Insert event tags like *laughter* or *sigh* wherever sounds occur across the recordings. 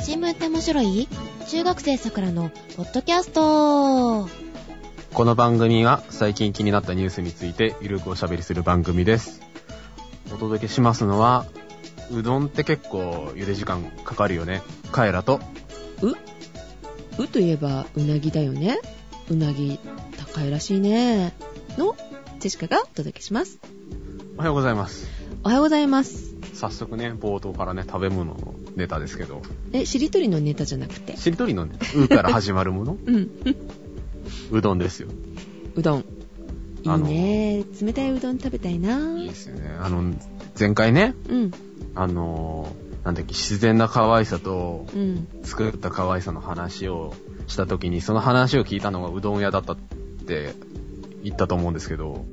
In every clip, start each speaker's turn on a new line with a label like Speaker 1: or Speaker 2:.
Speaker 1: 新聞って面白い中学生さくらのポッドキャスト
Speaker 2: この番組は最近気になったニュースについてゆるくおしゃべりする番組です。お届けしますのは、うどんって結構茹で時間かかるよね。カエラと、
Speaker 3: ううといえばうなぎだよねうなぎ高いらしいねのジェシカがお届けします
Speaker 2: おはようございます。
Speaker 3: おはようございます
Speaker 2: 早速ね、冒頭からね、食べ物のネタですけど、
Speaker 3: えしりとりのネタじゃなくて
Speaker 2: しりとりのね、うから始まるもの、 *laughs*
Speaker 3: うん
Speaker 2: うどんですよ。
Speaker 3: うどんい
Speaker 2: あ
Speaker 3: い
Speaker 2: の
Speaker 3: ね冷たいうどん食べたいない
Speaker 2: いですよね。あの、前回ね、
Speaker 3: うん
Speaker 2: あのー、なんだっけ、自然な可愛さと、
Speaker 3: うん
Speaker 2: 作った可愛さの話をした時にその話を聞いたのがうどん屋だったって言ったと思うんですけど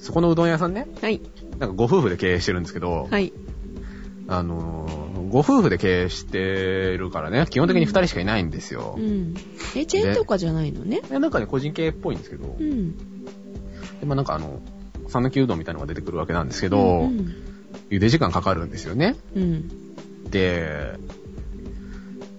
Speaker 2: そこのうどん屋さんね
Speaker 3: はい
Speaker 2: なんかご夫婦で経営してるんですけど、
Speaker 3: はい
Speaker 2: あのーご夫婦で経営してるからね基本的に2人しかいないんですよ
Speaker 3: う、んえチェーンとかじゃないのね
Speaker 2: えなんかね個人経営っぽいんですけど、
Speaker 3: うん
Speaker 2: でまあなんかあの讃岐うどんみたいなのが出てくるわけなんですけど、
Speaker 3: うん
Speaker 2: 茹で時間かかるんですよね
Speaker 3: うん
Speaker 2: で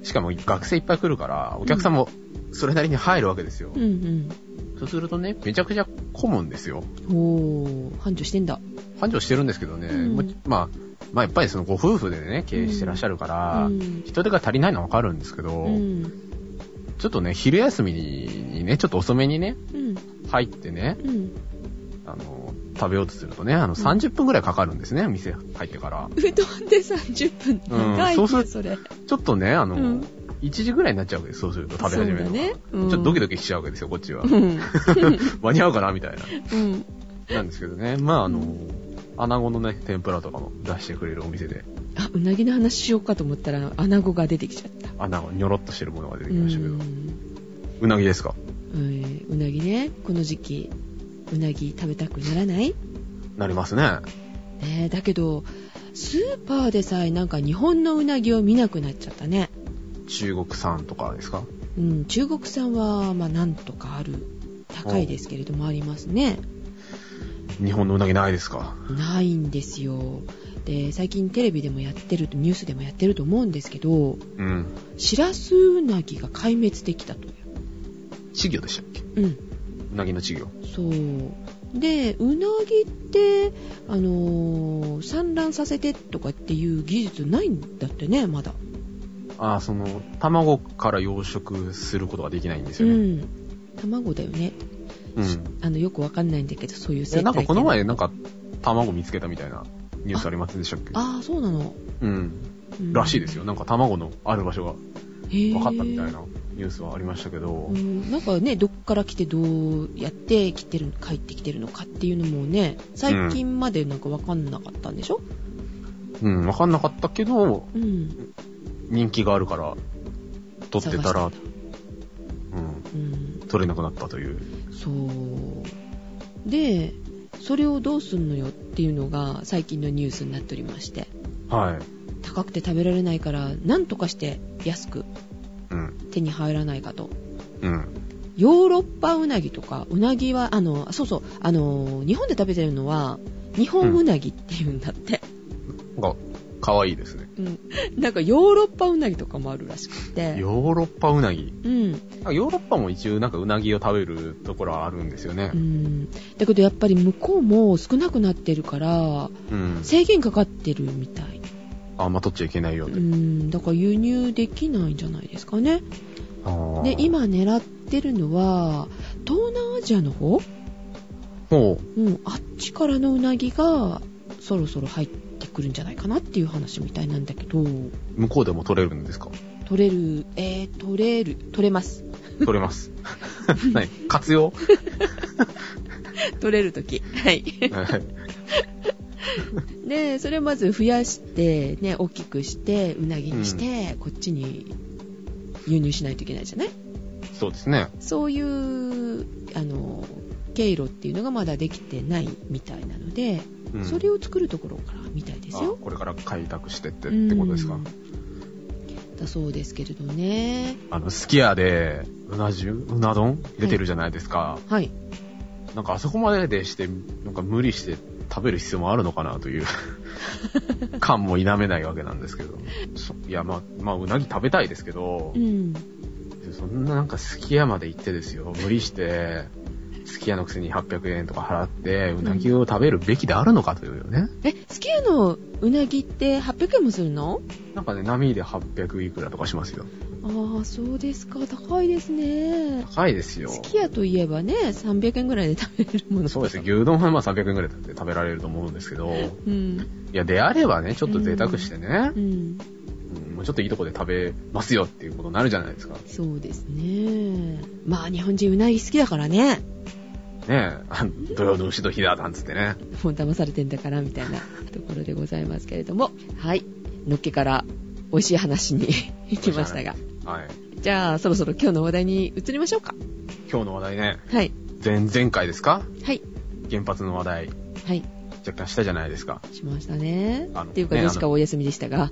Speaker 2: しかも学生いっぱい来るからお客さんもそれなりに入るわけですよ、
Speaker 3: うん
Speaker 2: そうするとね、めちゃくちゃ混むんですよ。
Speaker 3: うんおー繁盛してんだ
Speaker 2: 繁盛してるんですけどね、
Speaker 3: うん
Speaker 2: ままあ、まあやっぱりそのご夫婦でね、経営してらっしゃるから、
Speaker 3: うん
Speaker 2: 人手が足りないのはわかるんですけど、
Speaker 3: うん
Speaker 2: ちょっとね、昼休みにね、ちょっと遅めにね、
Speaker 3: うん
Speaker 2: 入ってね、
Speaker 3: うん
Speaker 2: あの、食べようとするとね、あの、30分くらいかかるんですね、店入ってから。
Speaker 3: うどんで30分長い
Speaker 2: うん
Speaker 3: ね
Speaker 2: そうする
Speaker 3: それ
Speaker 2: ちょっとね、あの、
Speaker 3: うん
Speaker 2: 1時ぐらいになっちゃうわけです、そうすると食べ始める
Speaker 3: そ
Speaker 2: の
Speaker 3: うだ
Speaker 2: が、
Speaker 3: ね
Speaker 2: ち
Speaker 3: う
Speaker 2: ょ
Speaker 3: ん
Speaker 2: っとドキドキしちゃうわけですよ、こっ
Speaker 3: *laughs*
Speaker 2: ちは
Speaker 3: う。ん
Speaker 2: 間に合うかなみたいな。
Speaker 3: うん
Speaker 2: なんですけどね、まああの
Speaker 3: うん、
Speaker 2: 穴子のね、天ぷらとかも出してくれるお店で、
Speaker 3: あうなぎの話しようかと思ったらアナゴが出てきちゃった
Speaker 2: 穴がニョロっとしてるものが出て
Speaker 3: う、
Speaker 2: きましたけど、うんなぎですか
Speaker 3: うんうなぎねこの時期うなぎ食べたくならない、
Speaker 2: なりますね。
Speaker 3: ねえ、だけどスーパーでさえなんか日本のうなぎを見なくなっちゃったね
Speaker 2: 中国産とかですか
Speaker 3: うん中国産はまあなんとかある高いですけれどもありますね
Speaker 2: 日本のうなぎないですか
Speaker 3: ないんですよで最近テレビでもやってるとニュースでもやってると思うんですけど
Speaker 2: うん。
Speaker 3: シラスウナギが壊滅できたという
Speaker 2: 稚魚でしたっけ
Speaker 3: うん
Speaker 2: うなぎの稚魚。
Speaker 3: そうでうなぎってあのー産卵させてとかっていう技術ないんだってねまだ、
Speaker 2: ああ、その、卵から養殖することができないんです
Speaker 3: う
Speaker 2: よね。
Speaker 3: ん卵だよね
Speaker 2: うん。
Speaker 3: あのよくわかんないんだけどそういう
Speaker 2: え
Speaker 3: 生態
Speaker 2: なんかこの前、
Speaker 3: 系
Speaker 2: なんか、卵見つけたみたいなニュースありませんでしたっけ
Speaker 3: ああそうなの、
Speaker 2: うん。
Speaker 3: うん
Speaker 2: らしいですよ。なんか卵のある場所
Speaker 3: へえ
Speaker 2: が分かったみたいなニュースはありましたけど
Speaker 3: う、んなんかねどっから来てどうやって来てる帰ってきてるのかっていうのもね最近までなんかわかんなかったんでしょ
Speaker 2: うん、分かんなかったけど、
Speaker 3: うん
Speaker 2: 人気があるから、取ってたら
Speaker 3: 探し、
Speaker 2: うん、
Speaker 3: てたうん
Speaker 2: 取れなくなったという。
Speaker 3: そうでそれをどうすんのよっていうのが最近のニュースになっておりまして
Speaker 2: はい。
Speaker 3: 高くて食べられないからなんとかして安く
Speaker 2: うん。
Speaker 3: 手に入らないかと
Speaker 2: うん。
Speaker 3: ヨーロッパウナギとかウナギはあのそうそうあの日本で食べてるのは日本ウナギっていうんだって、
Speaker 2: なんか、可愛いですね。
Speaker 3: なんかヨーロッパウナギとかもあるらしくて
Speaker 2: ヨーロッパウナギ。
Speaker 3: うん
Speaker 2: なんかヨーロッパも一応なんかウナギを食べるところはあるんですよね
Speaker 3: う。んだけどやっぱり向こうも少なくなってるから
Speaker 2: うん。
Speaker 3: 制限かかってるみたい
Speaker 2: あんま取っちゃいけないよっ
Speaker 3: う
Speaker 2: て。
Speaker 3: んだから輸入できないんじゃないですかね
Speaker 2: あー
Speaker 3: で、今狙ってるのは東南アジアの方、
Speaker 2: も
Speaker 3: うん、あっちからのうなぎがそろそろ入ってくるんじゃないかなっていう話みたいなんだけど
Speaker 2: う、向こうでも取れるんですか
Speaker 3: 取れるえー、取れる取れます
Speaker 2: 取れます。何活用
Speaker 3: *laughs* 取れる時はい
Speaker 2: はい
Speaker 3: でそれをまず増やしてね大きくしてうなぎにして、こっちに輸入しないといけないじゃない
Speaker 2: そうですね。
Speaker 3: そういうあの経路っていうのがまだできてないみたいなので、
Speaker 2: うん
Speaker 3: それを作るところからみたいですよ
Speaker 2: あこれから開拓してってってことですか。
Speaker 3: うんだそうですけれどね
Speaker 2: あの、スキヤで、うな重うな丼出てるじゃないですか。
Speaker 3: はい
Speaker 2: なんかあそこまででして、なんか無理して食べる必要もあるのかなという
Speaker 3: *laughs*
Speaker 2: 感も否めないわけなんですけど。そいや、まあ、まあ、うなぎ食べたいですけど
Speaker 3: う、ん。
Speaker 2: そんななんかすき家まで行ってですよ、無理して、すき家のくせに800円とか払って、うなぎを食べるべきであるのかというね。
Speaker 3: え、すき家のうなぎって800円もするの
Speaker 2: なんかね、波で800いくらとかしますよ。
Speaker 3: ああ、そうですか。高いですね。
Speaker 2: 高いですよ。
Speaker 3: すき家といえばね、300円ぐらいで食べれるもの。
Speaker 2: そうですね、牛丼はまあ300円ぐらいだって食べられると思うんですけど、い
Speaker 3: うん。
Speaker 2: や、であればね、ちょっと贅沢してね
Speaker 3: う、ん。
Speaker 2: うんもうちょっといいとこで食べますよっていうことになるじゃないですか。
Speaker 3: そうですね。まあ、日本人うなぎ好きだからね。
Speaker 2: ねえ、あ土曜の牛と日だなんつってね。
Speaker 3: もう騙されてんだから、みたいなところでございますけれども。はい。のっけから美味しい話に行きましたが。
Speaker 2: はい。
Speaker 3: じゃあ、そろそろ今日の話題に移りましょうか。
Speaker 2: 今日の話題ね、
Speaker 3: はい。
Speaker 2: 前々回ですか
Speaker 3: はい。
Speaker 2: 原発の話題、
Speaker 3: はい。
Speaker 2: 若干したじゃないで
Speaker 3: *laughs*
Speaker 2: すか。 *laughs*
Speaker 3: しましたね。
Speaker 2: あの
Speaker 3: っていうか、
Speaker 2: ね
Speaker 3: ヨシカはお休みでしたが。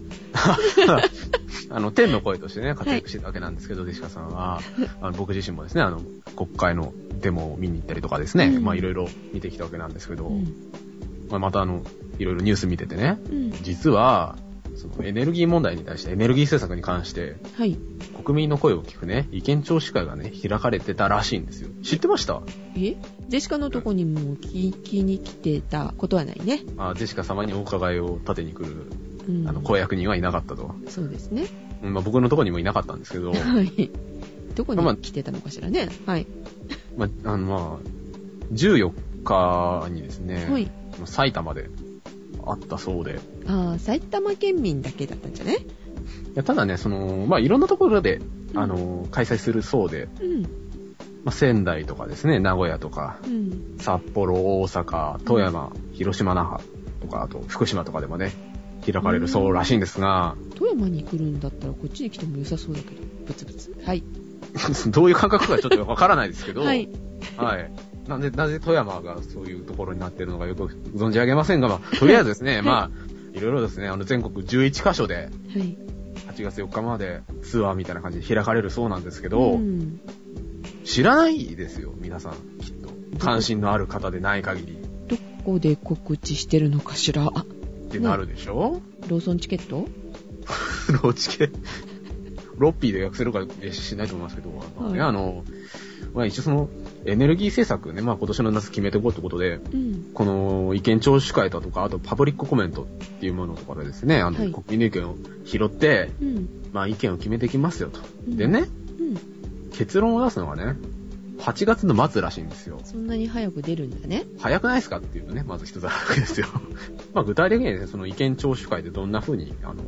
Speaker 2: あの、天の声としてね、活躍してたわけなんですけど、デシカさんは、あの僕自身もですね、あの、国会のデモを見に行ったりとかですね、
Speaker 3: うん
Speaker 2: まあいろいろ見てきたわけなんですけど、
Speaker 3: うん。
Speaker 2: まあ、またあの、いろいろニュース見ててね、
Speaker 3: うん
Speaker 2: 実は、そのエネルギー問題に対して、エネルギー政策に関して、
Speaker 3: はい。
Speaker 2: 国民の声を聞くね、意見聴取会がね、開かれてたらしいんですよ。知ってました
Speaker 3: えジェシカのとこにも聞きに来てたことはないね。
Speaker 2: あジェシカ様にお伺いを立てに来る、
Speaker 3: うん。
Speaker 2: あの、公役人はいなかったと。
Speaker 3: そうですね。
Speaker 2: うんまあ、僕のとこにもいなかったんです
Speaker 3: *laughs*
Speaker 2: けど、
Speaker 3: はい。どこ
Speaker 2: ま
Speaker 3: に
Speaker 2: あ
Speaker 3: 来てたのかしらね。はい。
Speaker 2: まあ、あの、まあ、14日にですね、
Speaker 3: はい。
Speaker 2: 埼玉であったそうで、
Speaker 3: ああ、埼玉県民だけだったんじゃね
Speaker 2: いやただね、その、まあ、いろんなところで、
Speaker 3: うん
Speaker 2: あの、開催するそうで、
Speaker 3: うん。
Speaker 2: まあ、仙台とかですね、名古屋とか、
Speaker 3: うん。
Speaker 2: 札幌、大阪、富山、広島、那覇とか、あと福島とかでもね、開かれるそうらしいんですが、
Speaker 3: 富山に来るんだったらこっちに来ても良さそうだけど。ブツブツ。はい。
Speaker 2: *laughs* どういう感覚かちょっとわからないですけど、
Speaker 3: はい。
Speaker 2: はい。なんで、なぜ富山がそういうところになってるのかよく存じ上げませんが、まあ、とりあえずですね、まあ、いろいろですね、あの、全国11カ所で、
Speaker 3: はい。
Speaker 2: 8月4日までツアーみたいな感じで開かれるそうなんですけど、
Speaker 3: ん、
Speaker 2: 知らないですよ、皆さん、きっと。関心のある方でない限り
Speaker 3: どこで告知してるのかしら。あ
Speaker 2: ってなるでしょ、 *laughs*
Speaker 3: ローソンチケット
Speaker 2: ローチケ、ロッピーで訳せるかしないと思いますけど、あのね
Speaker 3: はい
Speaker 2: あの、まあ、一応その、エネルギー政策ね、まあ今年の夏決めていこうってことで、
Speaker 3: うん。
Speaker 2: この意見聴取会だとか、あとパブリックコメントっていうものとかでですね、あの、
Speaker 3: はい
Speaker 2: 国民の意見を拾って、
Speaker 3: うん。
Speaker 2: まあ意見を決めていきますよと。
Speaker 3: うん
Speaker 2: でね、
Speaker 3: うん。
Speaker 2: 結論を出すのがね、8月の末らしいんですよ。
Speaker 3: そんなに早く出るんだね。
Speaker 2: 早くないですかっていうのね、まず一つあるわけですよ。 *laughs* まあ具体的にはね、その意見聴取会でどんな風に、あの、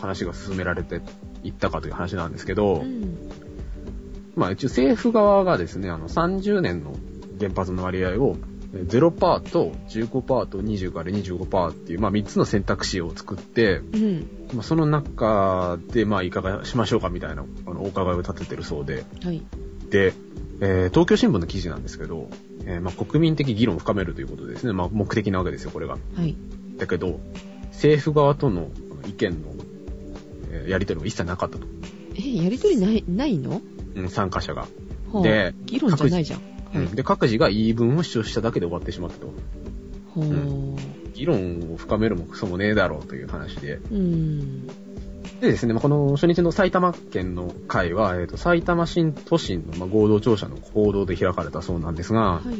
Speaker 2: 話が進められていったかという話なんですけど、
Speaker 3: ん。
Speaker 2: まあ一応政府側がですね、あの30年の原発の割合を0%と15%と20から25%っていう、まあ3つの選択肢を作って、
Speaker 3: うん。
Speaker 2: まあ、その中で、まあいかがしましょうかみたいな、あの、お伺いを立ててるそうで、
Speaker 3: はい。
Speaker 2: で、えー東京新聞の記事なんですけど、えーまあ国民的議論を深めるということでですね、まあ目的なわけですよ、これが。
Speaker 3: はい。
Speaker 2: だけど、政府側とのあの意見の、えーやり取りも一切なかったと。
Speaker 3: え、やりとりない、ないの
Speaker 2: うん参加者が。
Speaker 3: はあ
Speaker 2: で
Speaker 3: 議論じゃないじゃん。
Speaker 2: う
Speaker 3: はい
Speaker 2: んで、各自が言い分を主張しただけで終わってしまったと。
Speaker 3: ほう。
Speaker 2: 議論を深めるもクソもねえだろうという話で。
Speaker 3: うん。
Speaker 2: でですね、まあこの初日の埼玉県の会は、えーと、埼玉新都心の、まあ合同庁舎の行動で開かれたそうなんですが、
Speaker 3: はい。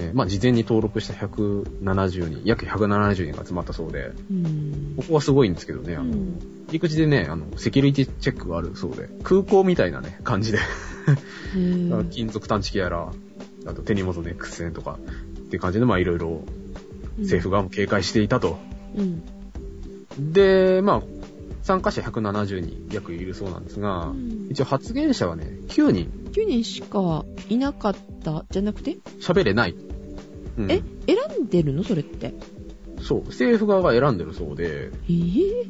Speaker 2: えーまあ事前に登録した170人、約170人が集まったそうで、
Speaker 3: うん
Speaker 2: こ。こはすごいんですけどね、あ
Speaker 3: うん
Speaker 2: の、入り口でね、あの、セキュリティチェックがあるそうで、空港みたいなね、感じで、
Speaker 3: へー
Speaker 2: 金属探知機やら、あと手荷物の X 線とか、っていう感じで、まあいろいろ政府側も警戒していたと。
Speaker 3: うん。
Speaker 2: で、まあ、参加者170人約いるそうなんですが、
Speaker 3: うん
Speaker 2: 一応発言者はね、9人
Speaker 3: 9人しかいなかったじゃなくて、
Speaker 2: 喋れない。うん
Speaker 3: え選んでるのそれって。
Speaker 2: そう。政府側が選んでるそうで、
Speaker 3: えぇ、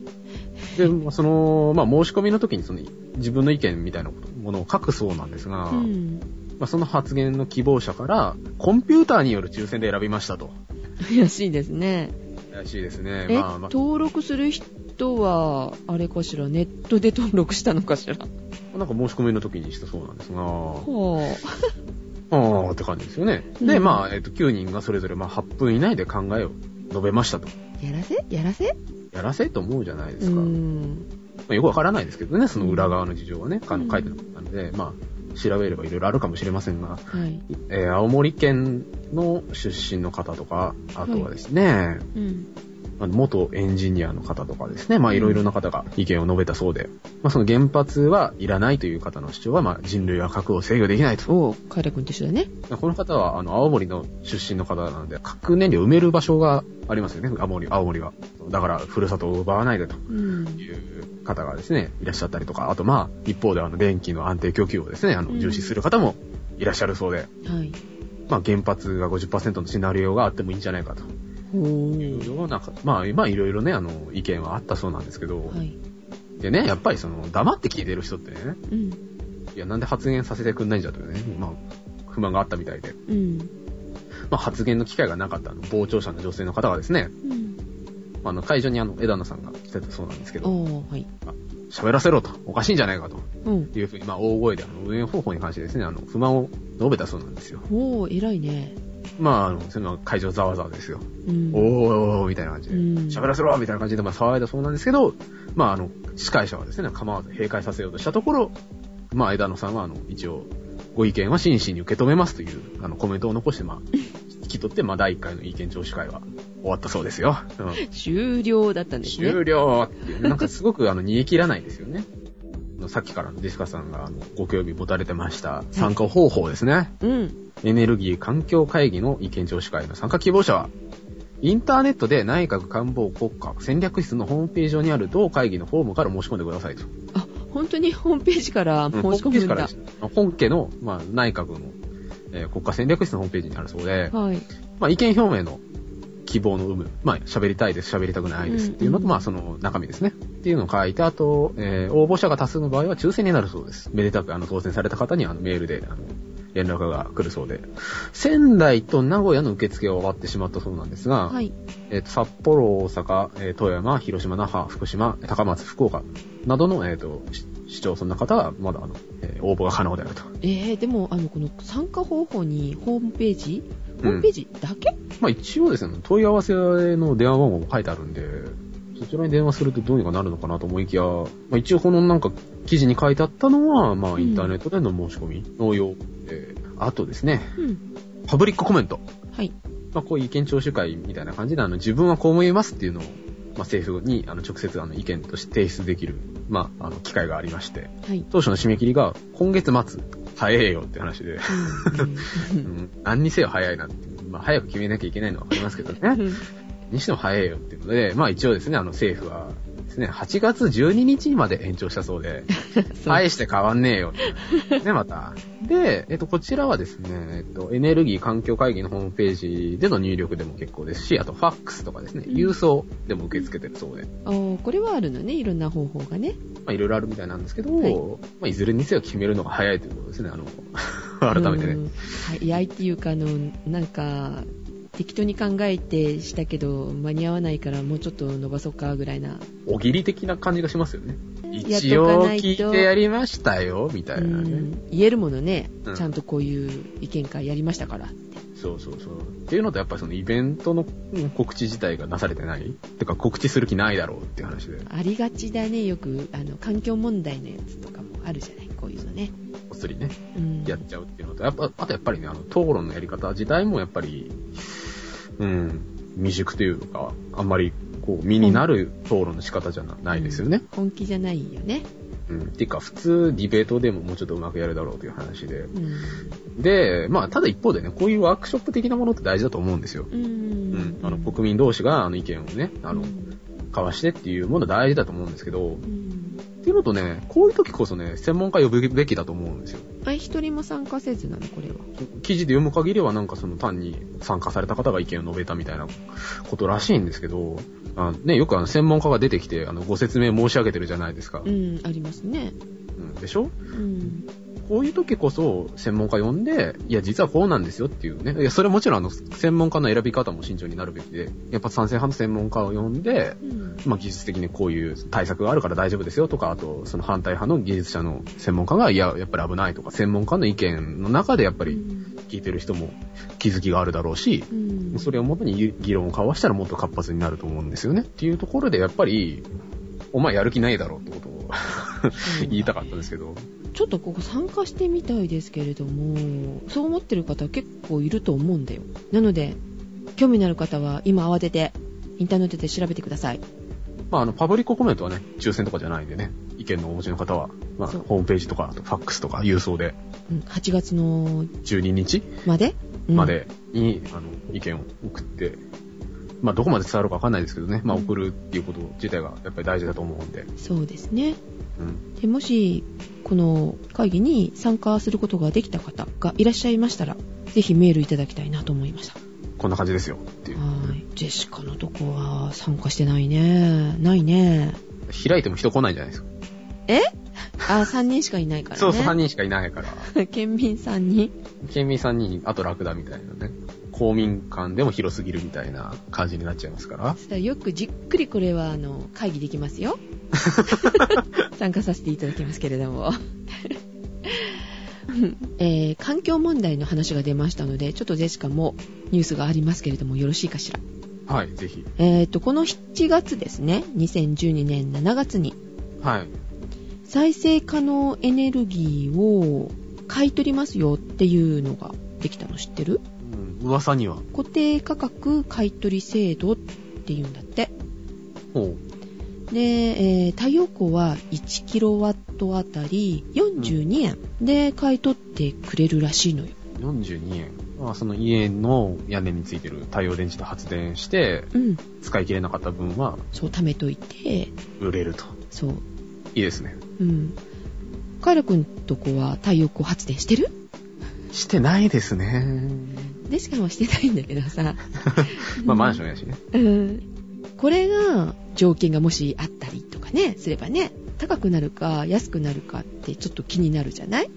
Speaker 2: で、まあその、まあ申し込みの時にその自分の意見みたいなことものを書くそうなんですが、
Speaker 3: うん。 *laughs*
Speaker 2: まあその発言の希望者から、コンピューターによる抽選で選びましたと。
Speaker 3: 怪しいですね。
Speaker 2: らしいですね。
Speaker 3: え、
Speaker 2: まあま
Speaker 3: 登録する人は、あれかしら、ネットで登録したのかしら。は
Speaker 2: あ、なんか申し込みの時にしたそうなんですが、
Speaker 3: ぁ、
Speaker 2: あーって感じですよね。
Speaker 3: う
Speaker 2: で、
Speaker 3: ん
Speaker 2: まあ、えっと、9人がそれぞれ、まあ、8分以内で考えを述べましたと。
Speaker 3: やらせやらせ
Speaker 2: やらせと思うじゃないで
Speaker 3: う
Speaker 2: すか。ま
Speaker 3: ん。
Speaker 2: あ、よくわからないですけどね、その裏側の事情はね、あの書いてなかったので、まあ、調べればいろいろあるかもしれませんが、
Speaker 3: はい。
Speaker 2: えー青森県の出身の方とか、あとはですね、
Speaker 3: うん。
Speaker 2: あの元エンジニアの方とかですね、まあいろいろな方が意見を述べたそうで、まあその原発はいらないという方の主張は、まあ人類は核を制御できないと。
Speaker 3: おう、カイラ君と一緒だね。
Speaker 2: この方は、あの、青森の出身の方なので、核燃料を埋める場所がありますよね、青森、青森は。だから、ふるさとを奪わないでと
Speaker 3: うん。
Speaker 2: いう方がですね、いらっしゃったりとか、あとまあ、一方であの、電気の安定供給をですね、あ
Speaker 3: う
Speaker 2: の、
Speaker 3: ん
Speaker 2: 重視する方もいらっしゃるそうで、
Speaker 3: はい。
Speaker 2: まあ原発が50%のシナリオがあってもいいんじゃないかと。
Speaker 3: ほ
Speaker 2: いう
Speaker 3: う。
Speaker 2: ようなか、まあ、まあいろいろね、あの、意見はあったそうなんですけど、
Speaker 3: はい。
Speaker 2: でね、やっぱりその、黙って聞いてる人ってね、
Speaker 3: うん。
Speaker 2: いや、なんで発言させてくんないんじゃというね、まあ、不満があったみたいで、
Speaker 3: うん。
Speaker 2: まあ、発言の機会がなかったあの傍聴者の女性の方がですね、
Speaker 3: うん。
Speaker 2: あの、会場にあの、枝野さんが来てたそうなんですけど、
Speaker 3: おー、はい。
Speaker 2: 喋らせろと、おかしいんじゃないかと
Speaker 3: うん。
Speaker 2: いうふうに、まあ、大声で、あの、運営方法に関してですね、あの、不満を述べたそうなんですよ。
Speaker 3: おー、偉いね。
Speaker 2: まあ、あの、その会場ざわざわですよ。
Speaker 3: うん。
Speaker 2: おーおーみたいな感じで、
Speaker 3: うん
Speaker 2: 喋らせろみたいな感じで、まあ、騒いだそうなんですけど、まあ、あの、司会者はですね、構わず閉会させようとしたところ、まあ、枝野さんは、あの、一応、ご意見は真摯に受け止めますという、あの、コメントを残して、まあ、引き取って、まあ、第1回の意見聴取会は終わったそうですよ。うん
Speaker 3: 終了だったんですね。
Speaker 2: 終了っていう、なんかすごく、あの、煮え切らないですよね。あのさっきからのディスカさんが、あの、ご興味持たれてました、参加方法ですね。
Speaker 3: うん。
Speaker 2: エネルギー環境会議の意見聴取会の参加希望者は、インターネットで内閣官房国家戦略室のホームページ上にある同会議のフォームから申し込んでくださいと。
Speaker 3: あ、本当にホームページから申し込むん
Speaker 2: ホームページから
Speaker 3: だ
Speaker 2: で。す本家の、まあ、内閣の、えー国家戦略室のホームページにあるそうで、
Speaker 3: はい。
Speaker 2: まあ、意見表明の希望の有無、まあ、喋りたいです、喋りたくないですっていうの
Speaker 3: うん
Speaker 2: と、
Speaker 3: うん
Speaker 2: まあ、その中身ですね。っていうのを書いて、あと、えー応募者が多数の場合は抽選になるそうです。めでたく、あの、当選された方に、あの、メールで、あの、連絡が来るそうで。仙台と名古屋の受付は終わってしまったそうなんですが、
Speaker 3: はい。
Speaker 2: えっ、と、札幌、大阪、えー富山、広島、那覇、福島、高松、福岡などの、えっ、と、し市町村の方は、まだ、あの、えー応募が可能であると。
Speaker 3: えー、でも、あの、この参加方法にホームページ
Speaker 2: ん
Speaker 3: ホームページだけ、
Speaker 2: まあ一応ですね、問い合わせの電話番号も書いてあるんで、そちらに電話するとどうにかなるのかなと思いきや、まあ一応このなんか記事に書いてあったのは、ま
Speaker 3: う
Speaker 2: あ
Speaker 3: ん
Speaker 2: インターネットでの申し込みのよう。えーあとですね、
Speaker 3: うん。
Speaker 2: パブリックコメント。
Speaker 3: はい。
Speaker 2: まあこういう意見聴取会みたいな感じで、あの自分はこう思いますっていうのを、まあ政府にあの直接あの意見として提出できる、まああの機会がありまして、 *laughs*
Speaker 3: はい。
Speaker 2: 当初の締め切りが今月末、早えよって話で、
Speaker 3: う
Speaker 2: うんん、何にせよ早いなって。まあ早く決めなきゃいけないのはわかりますけどね。にしても早いよっていうので、まあ一応ですね、あの政府はですね、8月12日まで延長したそ
Speaker 3: *laughs*
Speaker 2: うで、大して変わんねえよっていうね、また。で、えっと、こちらはですね、えっと、エネルギー環境会議のホームページでの入力でも結構ですし、あとファックスとかですね、
Speaker 3: うん
Speaker 2: 郵送でも受け付けてるそうで、
Speaker 3: あ
Speaker 2: ま
Speaker 3: ーこれはあるのね、いろんな方法がね。
Speaker 2: あいろいろあるみたいなんですけど、
Speaker 3: はい
Speaker 2: まあいずれにせよ決めるのが早いということですね、あの、 *laughs* 改めて
Speaker 3: う
Speaker 2: ね。
Speaker 3: ん。早いっていうか、あの、なんか、適当に考えてしたけど、間に合わないからもうちょっと伸ばそうかぐらいな。
Speaker 2: おぎり的な感じがしますよね。
Speaker 3: やっと
Speaker 2: 一
Speaker 3: か
Speaker 2: 応
Speaker 3: ないと
Speaker 2: 聞いてやりましたよ、みた
Speaker 3: う
Speaker 2: いなね。
Speaker 3: ん、言えるものね、
Speaker 2: うん
Speaker 3: ちゃんとこういう意見会やりましたから。
Speaker 2: そうそうそう。っていうのと、やっぱりそのイベントのうん告知自体がなされてないてか告知する気ないだろうっていう話で、こ
Speaker 3: ありがちだね、よく、あの、環境問題のやつとかもあるじゃない、こういうのね。
Speaker 2: っそりね、
Speaker 3: うん。
Speaker 2: やっちゃうっていうのと、やっぱ、あとやっぱりね、あの、討論のやり方自体もやっぱり、うん、未熟というか、あんまり、こう、身になる討論の仕方じゃなないですよね。
Speaker 3: 本気じゃないよね。
Speaker 2: うん。っていうか、普通、ディベートでももうちょっとうまくやるだろうという話で。
Speaker 3: うん。
Speaker 2: で、まあ、ただ一方でね、こういうワークショップ的なものって大事だと思うんですよ。
Speaker 3: うん
Speaker 2: うん。あの、国民同士が、あの、意見をね、あの
Speaker 3: う、ん
Speaker 2: 交わしてっていうもの大事だと思うんですけど、
Speaker 3: うん
Speaker 2: っていうのとね、こういう時こそね、専門家呼ぶべきだと思うんですよ。
Speaker 3: あ一人も参加せずなの、これは。
Speaker 2: 記事で読む限りはなんかその単に参加された方が意見を述べたみたいなことらしいんですけど、あね、よくあの専門家が出てきてあのご説明申し上げてるじゃないですか。
Speaker 3: うん、ありますね。
Speaker 2: うんでしょ
Speaker 3: うん。
Speaker 2: こういう時こそ専門家呼んで、いや実はこうなんですよっていうね。いや、それもちろんあの専門家の選び方も慎重になるべきで、やっぱ賛成派の専門家を呼んで、
Speaker 3: うん。
Speaker 2: まあ、技術的にこういう対策があるから大丈夫ですよとか、あと、その反対派の技術者の専門家が、いや、やっぱり危ないとか、専門家の意見の中でやっぱり、聞いてる人も気づきがあるだろうし、
Speaker 3: うん
Speaker 2: それをもとに議論を交わしたらもっと活発になると思うんですよね。っていうところで、やっぱり、お前やる気ないだろうってことを言いたかったんですけど、
Speaker 3: ちょっとここ参加してみたいですけれどもそう思ってる方結構いると思うんだよなので興味のある方は今慌ててインターネットで調べてください
Speaker 2: まあ、あの、パブリックコメントはね、抽選とかじゃないんでね、意見のお持ちの方は、まあ、
Speaker 3: そう
Speaker 2: ホームページとか、あとファックスとか、郵送で、
Speaker 3: うん8月の
Speaker 2: 12日
Speaker 3: まで、うん
Speaker 2: までに、あの、意見を送って、まあ、どこまで伝わるかわかんないですけどね、まあ、
Speaker 3: うん
Speaker 2: 送るっていうこと自体がやっぱり大事だと思うんで、
Speaker 3: そうですね
Speaker 2: うん。
Speaker 3: でもしこの会議に参加することができた方がいらっしゃいましたらぜひメールいただきたいなと思いました
Speaker 2: こんな感じですよ、っていう。
Speaker 3: はいジェシカのとこは参加してないねないね
Speaker 2: 開いても人来ないじゃないですか。
Speaker 3: えあ3人しかいないからね
Speaker 2: そうそう、3人しか
Speaker 3: *laughs*
Speaker 2: いないから。
Speaker 3: 県民さんに
Speaker 2: 県民さんに、あと楽だみたいなね。公民館でも広すぎるみたいな感じになっちゃいますから。
Speaker 3: さあよくじっくりこれはあの会議できますよ参加させていただきますけれどもえー環境問題の話が出ましたのでちょっとジェシカもニュースがありますけれどもよろしいかしら
Speaker 2: はい、ぜひ。
Speaker 3: えーとこの7月ですね2012年7月に
Speaker 2: はい。
Speaker 3: 再生可能エネルギーを買い取りますよっていうのができたの知ってる
Speaker 2: うん、噂には。
Speaker 3: 固定価格買い取り制度っていうんだって
Speaker 2: ほ
Speaker 3: で、えー太陽光は 1kW あたり42円で買い取ってくれるらしいのよ。
Speaker 2: う。42円。まあ、その家の屋根についてる太陽電池で発電して、
Speaker 3: うん。
Speaker 2: 使い切れなかった分は
Speaker 3: そう、貯めといて、
Speaker 2: 売れると。
Speaker 3: そう。
Speaker 2: いいですね。
Speaker 3: うん。カイラくんとこは太陽光発電してる
Speaker 2: してないですね。。
Speaker 3: でしかもしてないんだけどさ
Speaker 2: *laughs* まあ、マンションやしね。
Speaker 3: ン。うん。これが、条件がもしあったりとかね、すればね、高くなるか安くなるかってちょっと気になるじゃない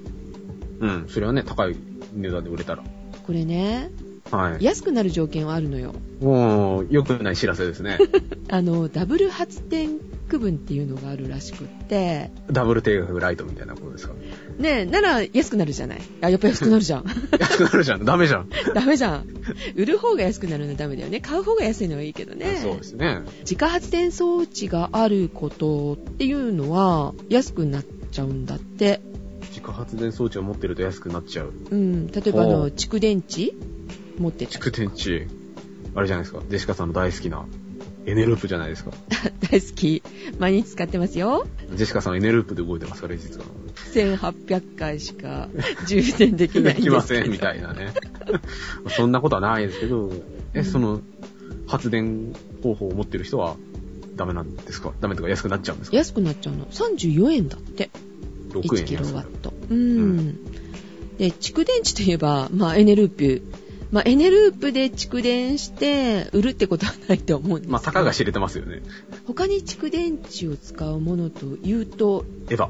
Speaker 2: うん。それはね、高い値段で売れたら。
Speaker 3: これね、
Speaker 2: はい。
Speaker 3: 安くなる条件はあるのよ。
Speaker 2: もう、良くない知らせ *laughs* ですね。
Speaker 3: あのダブル発電区分っていうのがあるらしくって
Speaker 2: ダブル定額ライトみたいなことですか。
Speaker 3: ねえなら安くなるじゃないあやっぱ安くなるじゃ
Speaker 2: *laughs*
Speaker 3: ん
Speaker 2: 安くなるじゃん。ダメじゃん。
Speaker 3: ダメじゃん売る方が安くなるのはダメだよね買う方が安いのはいいけどね
Speaker 2: そうですね。
Speaker 3: 自家発電装置があることっていうのは安くなっちゃうんだって
Speaker 2: 自家発電装置を持ってると安くなっちゃう。
Speaker 3: うん例えばあ
Speaker 2: ほ
Speaker 3: の
Speaker 2: う
Speaker 3: 蓄電池持ってたり
Speaker 2: 蓄電池。あれじゃないですか。デシカさんの大好きな。エネループじゃないですか。
Speaker 3: *laughs* 大好き毎日使ってますよ
Speaker 2: ジェシカさんはエネループで動いてますから、実は。
Speaker 3: 1800回しか充電できないんですけ
Speaker 2: き
Speaker 3: ど
Speaker 2: ません、みたいなね。 *laughs* そんなことはないですけど、
Speaker 3: う
Speaker 2: え、
Speaker 3: ん
Speaker 2: その、発電方法を持ってる人は、ダメなんですかダメとか安くなっちゃうんですか
Speaker 3: 安くなっちゃうの34円だって
Speaker 2: ?6 円安くなる。
Speaker 3: 1kW。うん。で、蓄電池といえば、まあ、エネループ。まあ、エネループで蓄電して売るってことはないと思うんですけど
Speaker 2: まあ、たかが知れてますよね。
Speaker 3: 他に蓄電池を使うものというと、
Speaker 2: エヴァ。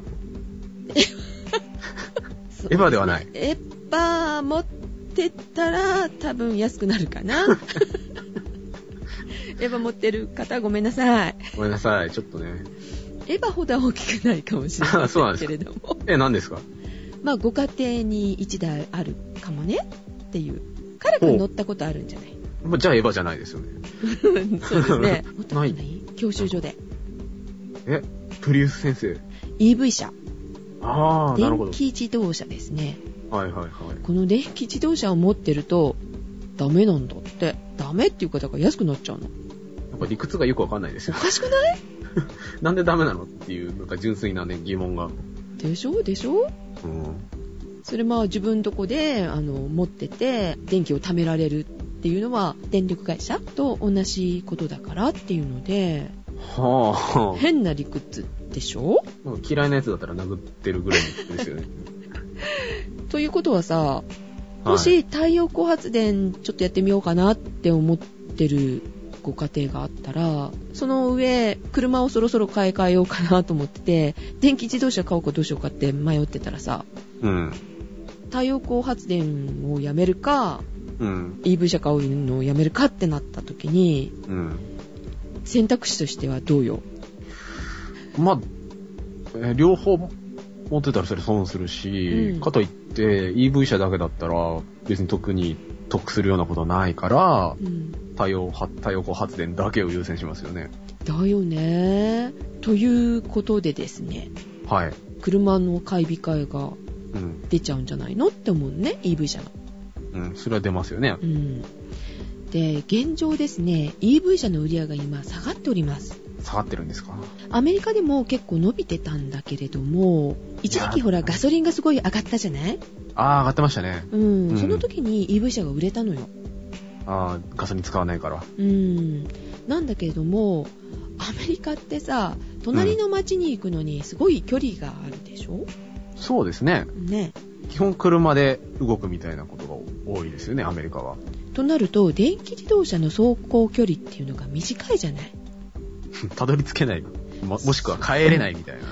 Speaker 3: そう
Speaker 2: エヴァではない。
Speaker 3: エッパー持ってったら多分安くなるか
Speaker 2: *laughs*
Speaker 3: な。エヴァ持ってる方ごめんなさい。
Speaker 2: ごめんなさい、ちょっとね。
Speaker 3: エヴァほどは大きくないかもしれない
Speaker 2: あそうなんです
Speaker 3: け
Speaker 2: か
Speaker 3: れども。
Speaker 2: え、何ですか
Speaker 3: まあ、ご家庭に1台あるかもねっていう。彼くん乗ったことあるんじゃ
Speaker 2: *laughs*
Speaker 3: ない
Speaker 2: まあじゃあエヴァじゃないですよね。
Speaker 3: そうですね。 *laughs* 乗ったことな
Speaker 2: ないい
Speaker 3: 教習所で。
Speaker 2: え、プリウス先生。
Speaker 3: EV 車。
Speaker 2: ああ、なるほ
Speaker 3: 電
Speaker 2: ど。
Speaker 3: 気自動車ですね。
Speaker 2: はいはいはい。
Speaker 3: この電気自動車を持ってると、ダメなんだって。ダメっていう方が安くなっちゃうの。
Speaker 2: やっぱ理屈がよくわかんないです
Speaker 3: お
Speaker 2: よ。 *laughs*
Speaker 3: かしくない *laughs*
Speaker 2: なんでダメなのっていう、なんか純粋なね、疑問が。
Speaker 3: でしょでしょ
Speaker 2: うん。
Speaker 3: それまあ自分とこで、あの、持ってて、電気を貯められるっていうのは、電力会社と同じことだからっていうので、
Speaker 2: はあ。
Speaker 3: 変な理屈でしょ
Speaker 2: なんか嫌いなやつだったら殴ってるぐらいですよね。
Speaker 3: ということはさ、
Speaker 2: はい
Speaker 3: *laughs* もし太陽光発電ちょっとやってみようかなって思ってるご家庭があったら、その上、車をそろそろ買い替えようかなと思ってて、 *laughs* 電気自動車買おうかどうしようかって迷ってたらさ、
Speaker 2: うん。
Speaker 3: 太陽光発電をやめるか、
Speaker 2: うん。
Speaker 3: EV 車買うのをやめるかってなった時に、
Speaker 2: うん。
Speaker 3: 選択肢としてはどうよ
Speaker 2: まあ、えー両方持ってたらそれ損するし、
Speaker 3: うん
Speaker 2: かといって EV 車だけだったら別に特に得するようなことないから、
Speaker 3: うん
Speaker 2: 太陽は太陽光発電だけを優先しますよね。
Speaker 3: だよね。ということでですね、
Speaker 2: はい。
Speaker 3: 車の買い控えが
Speaker 2: うん。
Speaker 3: 出ちゃうんじゃないのって思うのね、EV 車の。
Speaker 2: うん。それは出ますよね
Speaker 3: う。ん。で、現状ですね、EV 車の売り上げが今下がっております。
Speaker 2: 下がってるんですか
Speaker 3: アメリカでも結構伸びてたんだけれども、一時期ほらガソリンがすごい上がったじゃない
Speaker 2: ああ、上がってましたね。
Speaker 3: うん、
Speaker 2: うん
Speaker 3: その時に EV 車が売れたのよ。
Speaker 2: ああ、ガソリン使わないから。
Speaker 3: うん。なんだけれども、アメリカってさ、隣の町に行くのにすごい距離があるでしょ、
Speaker 2: そうですね。
Speaker 3: ね。
Speaker 2: 基本車で動くみたいなことが多いですよね、アメリカ *laughs* は。
Speaker 3: となると、電気自動車の走行距離っていうのが短いじゃない
Speaker 2: たどり着け *laughs* ない。ももしくは帰れないみたいな。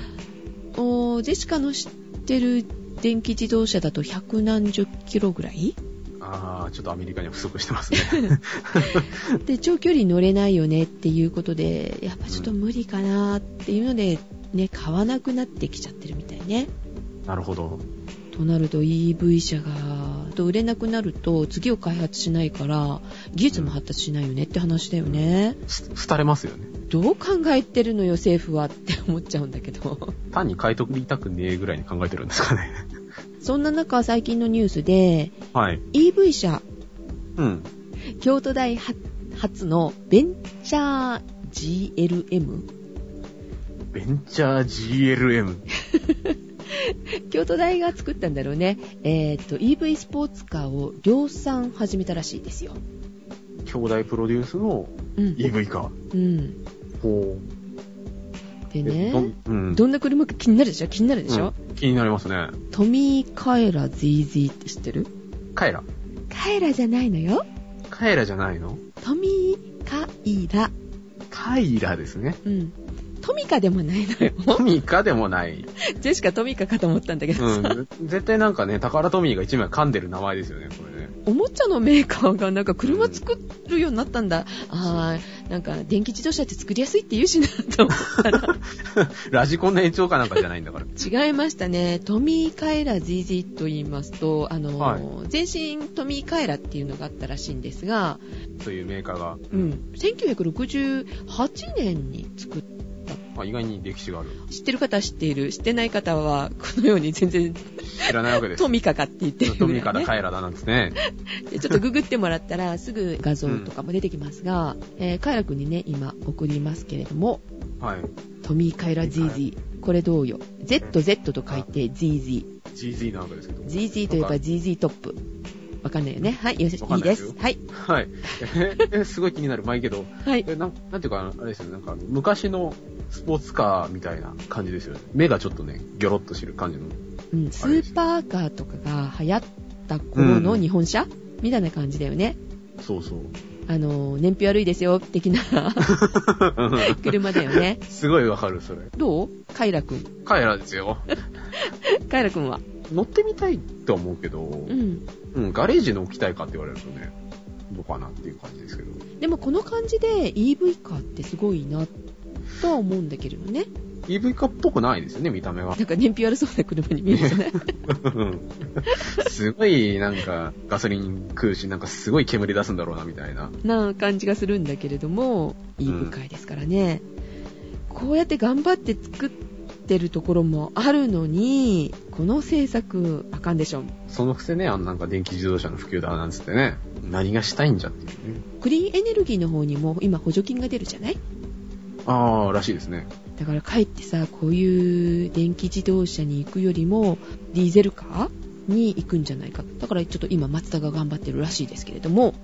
Speaker 3: おージェシカの知ってる電気自動車だと百何十キロぐらい
Speaker 2: ああ、ちょっとアメリカには不足してますね。 *laughs*
Speaker 3: で長距離乗れないよねっていうことでやっぱちょっと無理かなっていうので、ね、買わなくなってきちゃってるみたいね
Speaker 2: なるほど。
Speaker 3: となると EV 車がと売れなくなると次を開発しないから技術も発達しないよねって話だよね、
Speaker 2: す廃れますよね。
Speaker 3: どう考えてるのよ政府はって思っちゃうんだけど
Speaker 2: 単に買い取りたくねえぐらいに考えてるんですかね。 *laughs*
Speaker 3: そんな中最近のニュースで
Speaker 2: はい。
Speaker 3: EV 車
Speaker 2: うん。
Speaker 3: 京都大発発のベンチャー GLM
Speaker 2: ベンチャー GLM。
Speaker 3: 京都大が作ったんだろうねえーっと EV スポーツカーを量産始めたらしいですよ
Speaker 2: 兄弟プロデュースの
Speaker 3: うん
Speaker 2: EV か。
Speaker 3: うん
Speaker 2: ほ
Speaker 3: で
Speaker 2: う。
Speaker 3: ね
Speaker 2: えどんうん。
Speaker 3: どんな車か気になるでしょ気になるでしょ、
Speaker 2: うん気になりますね。
Speaker 3: トミー・カエラ ZZ って知ってる
Speaker 2: カエラ。
Speaker 3: カエラじゃないのよ
Speaker 2: カエラじゃないの
Speaker 3: トミー・カイラ
Speaker 2: カイラですね。
Speaker 3: うんトミカでもないのよ
Speaker 2: トミカでもない。
Speaker 3: *laughs* ジェシカトミカかと思ったんだけど
Speaker 2: う
Speaker 3: さ、
Speaker 2: ん。 *laughs* 絶対なんかね、タカラトミーが一枚噛んでる名前ですよね、これね。
Speaker 3: おもちゃのメーカーがなんか車作るようになったんだ。あー、なんか電気自動車って作りやすいって言うしな
Speaker 2: *laughs*
Speaker 3: と思ったら。
Speaker 2: ラジコンの延長かなんかじゃないんだから。
Speaker 3: 違いましたね。トミーカエラ ZZ と言いますと、あの、
Speaker 2: はい
Speaker 3: 全身トミーカエラっていうのがあったらしいんですが、
Speaker 2: というメーカーが。
Speaker 3: うん、1968年に作っ
Speaker 2: まあ、意外に歴史がある。
Speaker 3: 知ってる方は知っている。知ってない方は、このように全然
Speaker 2: 知らないわけです
Speaker 3: ト。ミカかって言ってる
Speaker 2: *laughs* ト
Speaker 3: ぐらいね、
Speaker 2: ミカだ、カエラだなんで
Speaker 3: *laughs*
Speaker 2: すね。
Speaker 3: でちょっとググってもらったらすぐ画像とかも出てきますが、えーカエラくんにね、今送りますけれども、
Speaker 2: はい。
Speaker 3: トミー・カイラ ZZ。これどうよ。ZZ と書いて ZZ。
Speaker 2: GZ なわけですけど。
Speaker 3: ZZ といえば ZZ トップ。わかんないよね。はい、よし、
Speaker 2: わか
Speaker 3: い
Speaker 2: ん
Speaker 3: い
Speaker 2: ない
Speaker 3: で
Speaker 2: で
Speaker 3: す
Speaker 2: よ
Speaker 3: す。はい。
Speaker 2: はい。え、すごい気になる。まあいいけど、
Speaker 3: はい。
Speaker 2: えなんなんていうか、あれですよね、なんか昔のスポーツカーみたいな感じですよね。目がちょっとね、ギョロッとしてる感じの。
Speaker 3: うん、スーパーカーとかが流行った頃の日本車、みたいな感じだよね。
Speaker 2: そ
Speaker 3: *laughs*
Speaker 2: うそう。
Speaker 3: あの、燃費悪いですよ、的な *laughs* 車だよね。
Speaker 2: すごいわかる、それ。
Speaker 3: どうカイラくん。
Speaker 2: カエラですよ。
Speaker 3: カイラくんは。
Speaker 2: 乗ってみたいと思うけど、う、
Speaker 3: うんん。
Speaker 2: ガレージの置きたいかって言われるとね、どうかなっていう感じですけど。
Speaker 3: でもこの感じで EV カーってすごいな、とは思うんだけれどね。
Speaker 2: EV カーっぽくないですよね、見た目は。
Speaker 3: なんか燃費悪そうな車に見えるじゃない
Speaker 2: うんすごい、なんか、ガソリン食うし、なんかすごい煙出すんだろうな、みたいな。
Speaker 3: な感じがするんだけれども、いい部会ですからね。こうやって頑張って作ってるところもあるのに、この政策あかんでしょ。
Speaker 2: そのくせね、あのなんか電気自動車の普及だなんつってね、何がしたいんじゃっていうね。
Speaker 3: クリーンエネルギーの方にも今補助金が出るじゃない
Speaker 2: あー、らしいですね。
Speaker 3: だからかえってさ、こういう電気自動車に行くよりも、ディーゼルカーに行くんじゃないか。だからちょっと今、マツダが頑張ってるらしいですけれども、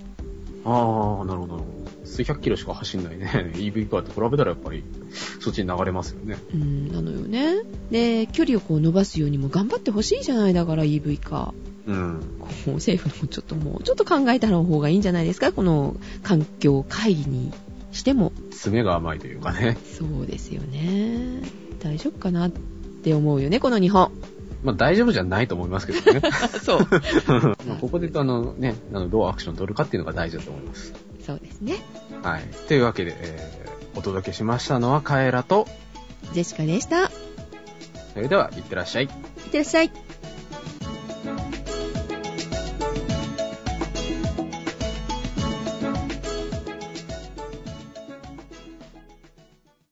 Speaker 2: あー、なるほど。数百キロしか走んないね。EV *laughs* カーと比べたらやっぱり、そっちに流れますよね。
Speaker 3: うん、なのよね。で、距離をこう伸ばすようにも頑張ってほしいじゃない、だから EV カー。
Speaker 2: うん。
Speaker 3: こう政府のちょっともうちょっと考えた方がいいんじゃないですかこの環境会議にしても
Speaker 2: 爪が甘いというかね。
Speaker 3: そうですよね大丈夫かなって思うよねこの日本
Speaker 2: まあ大丈夫じゃないと思いますけどね。
Speaker 3: *laughs* そう
Speaker 2: まあここで言うとあのね、あのどうアクション取るかっていうのが大事だと思います。
Speaker 3: そうですね
Speaker 2: はい。というわけで、えー、お届けしましたのはカエラと、
Speaker 3: ジェシカでした
Speaker 4: それでは、いってらっしゃい。
Speaker 2: いってらっしゃい。